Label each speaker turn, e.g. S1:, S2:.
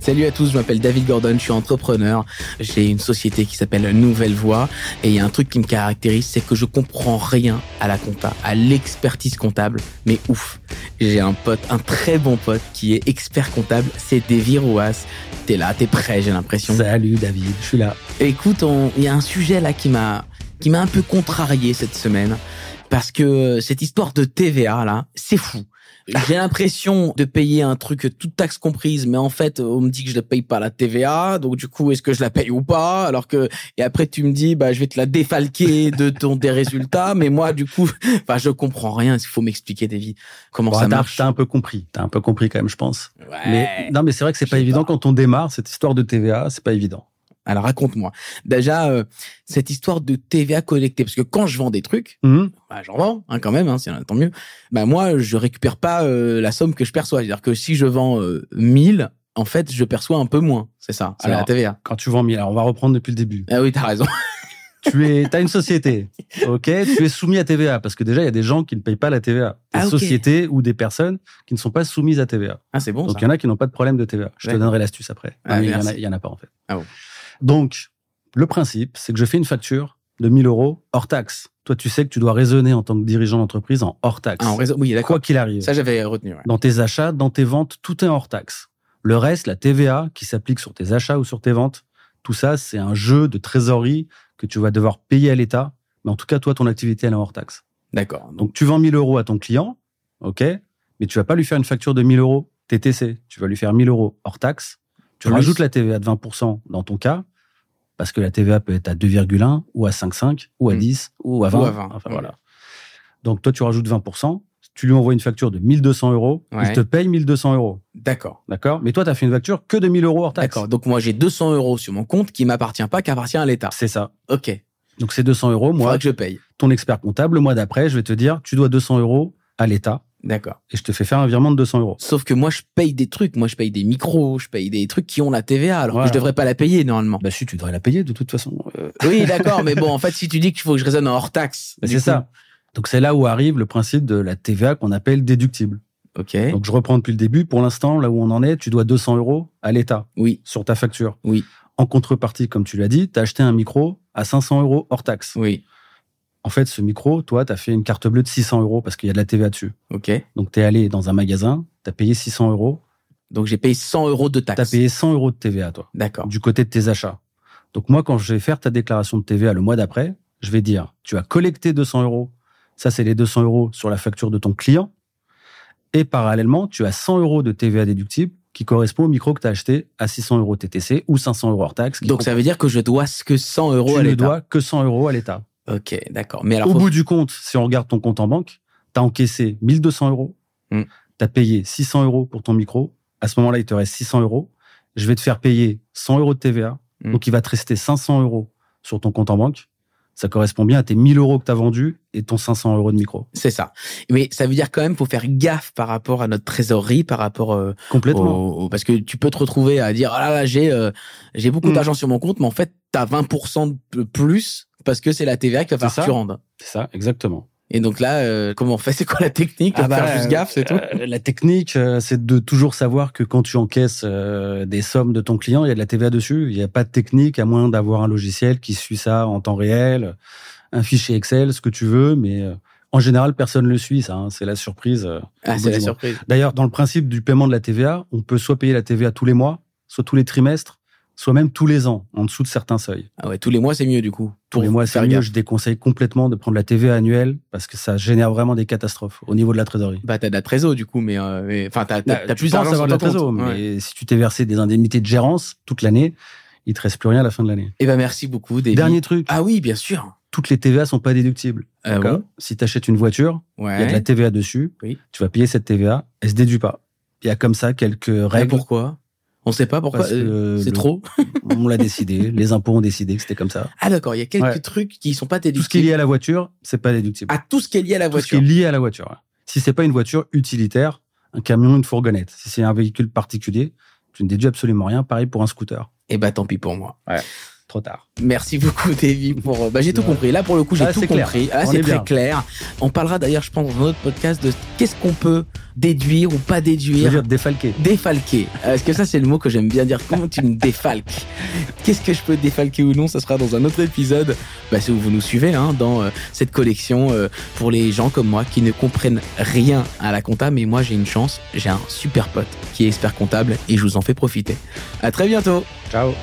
S1: Salut à tous, je m'appelle David Gordon, je suis entrepreneur. J'ai une société qui s'appelle Nouvelle Voie et il y a un truc qui me caractérise, c'est que je comprends rien à la compta, à l'expertise comptable, mais ouf. J'ai un pote, un très bon pote qui est expert comptable, c'est Davy Rouas. T'es là, t'es prêt, j'ai l'impression.
S2: Salut David, je suis là.
S1: Écoute, on- il y a un sujet là qui m'a qui m'a un peu contrarié cette semaine parce que cette histoire de TVA là, c'est fou. J'ai l'impression de payer un truc toute taxe comprise, mais en fait, on me dit que je ne paye pas la TVA, donc du coup, est-ce que je la paye ou pas Alors que et après, tu me dis, bah, je vais te la défalquer de ton des résultats, mais moi, du coup, enfin, je comprends rien. Il faut m'expliquer, David, comment
S2: Bon,
S1: ça
S2: t'as-
S1: marche.
S2: T'as un peu compris. T'as un peu compris quand même, je pense.
S1: Ouais.
S2: Mais non, mais c'est vrai que c'est
S1: je
S2: pas
S1: sais
S2: évident
S1: pas.
S2: quand on démarre cette histoire de TVA. C'est pas évident.
S1: Alors raconte-moi déjà euh, cette histoire de TVA collectée, parce que quand je vends des trucs,
S2: Hum,
S1: bah, j'en vends hein, quand même, hein, c'est tant mieux. Bah, moi, je récupère pas euh, la somme que je perçois. C'est-à-dire que si je vends euh, 1000, en fait, je perçois un peu moins. C'est ça, c'est la
S2: Alors-
S1: TVA.
S2: Quand tu vends 1000, alors on va reprendre depuis le début.
S1: Ah oui, t'as raison.
S2: tu es, t'as une société, ok Tu es soumis à TVA parce que déjà il y a des gens qui ne payent pas la TVA. Des
S1: Ah, ok.
S2: sociétés ou des personnes qui ne sont pas soumises à TVA.
S1: Ah, c'est bon,
S2: Donc il y
S1: ça.
S2: en a qui n'ont pas de problème de TVA. Je
S1: Ouais.
S2: te donnerai l'astuce après.
S1: Ah,
S2: Non, mais il y en a-
S1: merci.
S2: il y, en a pas en fait.
S1: Ah bon.
S2: Donc le principe, c'est que je fais une facture de 1000 euros hors taxe. Toi, tu sais que tu dois raisonner en tant que dirigeant d'entreprise en hors taxe.
S1: Ah, en raison- Oui, d'accord.
S2: Quoi qu'il arrive.
S1: Ça, j'avais retenu. ouais.
S2: Dans tes achats, dans tes ventes, tout est hors taxe. Le reste, la TVA qui s'applique sur tes achats ou sur tes ventes, tout ça, c'est un jeu de trésorerie que tu vas devoir payer à l'État. Mais en tout cas, toi, ton activité, elle est hors taxe.
S1: D'accord. Donc,
S2: Donc, tu vends 1000 euros à ton client, OK, mais tu vas pas lui faire une facture de 1000 euros TTC. Tu vas lui faire 1000 euros hors taxe. Tu
S1: Plus.
S2: rajoutes la TVA de 20% dans ton cas, parce que la TVA peut être à 2,1 ou à 5,5 ou à
S1: Mm.
S2: 10 ou à
S1: Ou
S2: 20.
S1: à Mm. 20,
S2: Enfin,
S1: ouais.
S2: voilà. Donc, toi, tu rajoutes 20%. Tu lui envoies une facture de 1200 euros.
S1: Ouais.
S2: Il te paye 1200 euros.
S1: d'accord.
S2: D'accord Mais toi, tu as fait une facture que de 1000 euros hors taxe.
S1: D'accord. Donc, moi, j'ai 200 euros sur mon compte qui m'appartient pas, qui appartient à l'État.
S2: C'est ça.
S1: Ok.
S2: Donc, c'est 200 euros.
S1: Moi,
S2: Moi,
S1: que je paye.
S2: ton expert comptable, le mois d'après, je vais te dire, tu dois 200 euros à l'État
S1: D'accord.
S2: et je te fais faire un virement de 200 euros.
S1: Sauf que moi, je paye des trucs. Moi, je paye des micros, je paye des trucs qui ont la TVA, alors que
S2: Voilà.
S1: je devrais pas la payer normalement.
S2: Bah si, tu devrais la payer de toute façon. Euh,
S1: Oui, d'accord. mais bon, en fait, si tu dis qu'il faut que je raisonne en hors taxe.
S2: bah,
S1: du
S2: c'est
S1: coup-
S2: ça. Donc c'est là où arrive le principe de la TVA qu'on appelle déductible.
S1: Ok.
S2: Donc je reprends depuis le début. Pour l'instant, là où on en est, tu dois 200 euros à l'État
S1: Oui.
S2: sur ta facture.
S1: Oui.
S2: En contrepartie, comme tu l'as dit, tu as acheté un micro à 500 euros hors taxe.
S1: Oui.
S2: En fait, ce micro, toi, tu as fait une carte bleue de 600 euros parce qu'il y a de la TVA dessus.
S1: Ok.
S2: Donc tu es allé dans un magasin, tu as payé 600 euros,
S1: Donc j'ai payé 100 euros de
S2: tu as
S1: taxes.
S2: payé 100 euros de TVA, toi.
S1: D'accord.
S2: du côté de tes achats. Donc moi, quand je vais faire ta déclaration de TVA le mois d'après, je vais dire, tu as collecté 200 euros. Ça, c'est les 200 euros sur la facture de ton client. Et parallèlement, tu as 100 euros de TVA déductible qui correspond au micro que tu as acheté à 600 euros TTC ou 500 euros hors taxe. qui
S1: Donc ça veut dire que je dois ce que 100 euros
S2: tu
S1: à
S2: ne
S1: l'État.
S2: dois que 100 euros à l'État.
S1: Ok, d'accord. Mais alors,
S2: Au
S1: faut-
S2: bout du compte, si on regarde ton compte en banque, tu as encaissé 1200 euros,
S1: Hmm.
S2: tu as payé 600 euros pour ton micro, à ce moment-là, il te reste 600 euros, je vais te faire payer 100 euros de TVA,
S1: Hmm.
S2: donc il va te rester 500 euros sur ton compte en banque, ça correspond bien à tes 1000 euros que tu as vendus et ton 500 euros de micro.
S1: c'est ça. Mais ça veut dire quand même faut faire gaffe par rapport à notre trésorerie, par rapport euh, au,
S2: Complètement.
S1: au- parce que tu peux te retrouver à dire ah là là j'ai euh, j'ai beaucoup
S2: Mm.
S1: d'argent sur mon compte, mais en fait t'as 20% de plus parce que c'est la TVA qui va falloir
S2: C'est
S1: que
S2: ça.
S1: tu rendes.
S2: C'est ça, exactement.
S1: Et donc là, euh, comment on fait C'est quoi la technique
S2: Ah
S1: Faut
S2: bah,
S1: Faire juste
S2: euh,
S1: gaffe, c'est tout.
S2: Euh, la technique, euh, c'est de toujours savoir que quand tu encaisses euh, des sommes de ton client, il y a de la TVA dessus. Il n'y a pas de technique à moins d'avoir un logiciel qui suit ça en temps réel, un fichier Excel, ce que tu veux. Mais euh, en général, personne ne le suit, ça. hein. c'est la surprise. euh, au
S1: Ah,
S2: bout
S1: c'est la
S2: du mois.
S1: surprise.
S2: D'ailleurs, dans le principe du paiement de la TVA, on peut soit payer la TVA tous les mois, soit tous les trimestres, soit même tous les ans, en dessous de certains seuils.
S1: Ah ouais, tous les mois c'est mieux du coup.
S2: Tous
S1: Pour
S2: les mois, c'est
S1: faire
S2: mieux.
S1: gaffe.
S2: Je déconseille complètement de prendre la TVA annuelle parce que ça génère vraiment des catastrophes au niveau de la trésorerie.
S1: Bah t'as de la trésor du coup, mais euh, mais- enfin t'as
S2: Là,
S1: t'as- t'as
S2: Bah, tu
S1: plus
S2: penses
S1: d'argent sur
S2: avoir de la
S1: ton
S2: trésor,
S1: compte.
S2: mais
S1: Ouais.
S2: si tu t'es versé des indemnités de gérance toute l'année, il te reste plus rien à la fin de l'année.
S1: Eh ben merci beaucoup, David.
S2: Dernier truc,
S1: Ah oui, bien sûr.
S2: toutes les TVA sont pas déductibles.
S1: Euh,
S2: D'accord Si tu achètes une voiture,
S1: bon
S2: il
S1: ouais. Ah,
S2: y a de la TVA dessus,
S1: Oui.
S2: tu vas payer cette TVA, elle se déduit pas. Il y a comme ça quelques
S1: Mais
S2: règles.
S1: pourquoi On sait pas pourquoi.
S2: Parce que
S1: euh, C'est
S2: le-
S1: trop.
S2: On l'a décidé, les impôts ont décidé que c'était comme ça.
S1: Ah d'accord, il y a quelques
S2: Ouais.
S1: trucs qui sont pas
S2: Tout ce qui est
S1: déductibles.
S2: lié à la voiture, c'est pas déductible.
S1: À tout ce qui est lié à la
S2: Tout ce qui est
S1: Ah, voiture.
S2: lié à la voiture. hein. Si c'est pas une voiture utilitaire, un camion, une fourgonnette, si c'est un véhicule particulier, tu ne déduis absolument rien. Pareil pour un scooter.
S1: Eh ben tant pis pour moi.
S2: Ouais. Trop tard.
S1: Merci beaucoup, Davy, pour. Bah, j'ai tout
S2: Ouais.
S1: compris. Là, pour le coup, j'ai
S2: Ah,
S1: tout
S2: c'est clair.
S1: compris. Ah,
S2: On
S1: c'est
S2: est
S1: très
S2: bien.
S1: clair. On parlera d'ailleurs, je pense, dans notre podcast de qu'est-ce qu'on peut déduire ou pas
S2: Je veux
S1: déduire.
S2: dire défalqué.
S1: Défalquer. Euh, Parce que ça, c'est le mot que j'aime bien dire. Comment tu me défalques Qu'est-ce que je peux défalquer ou non Ça sera dans un autre épisode. Bah, c'est où vous nous suivez, hein, dans euh, cette collection euh, pour les gens comme moi qui ne comprennent rien à la compta. Mais moi, j'ai une chance. J'ai un super pote qui est expert comptable et je vous en fais profiter. À très bientôt.
S2: Ciao.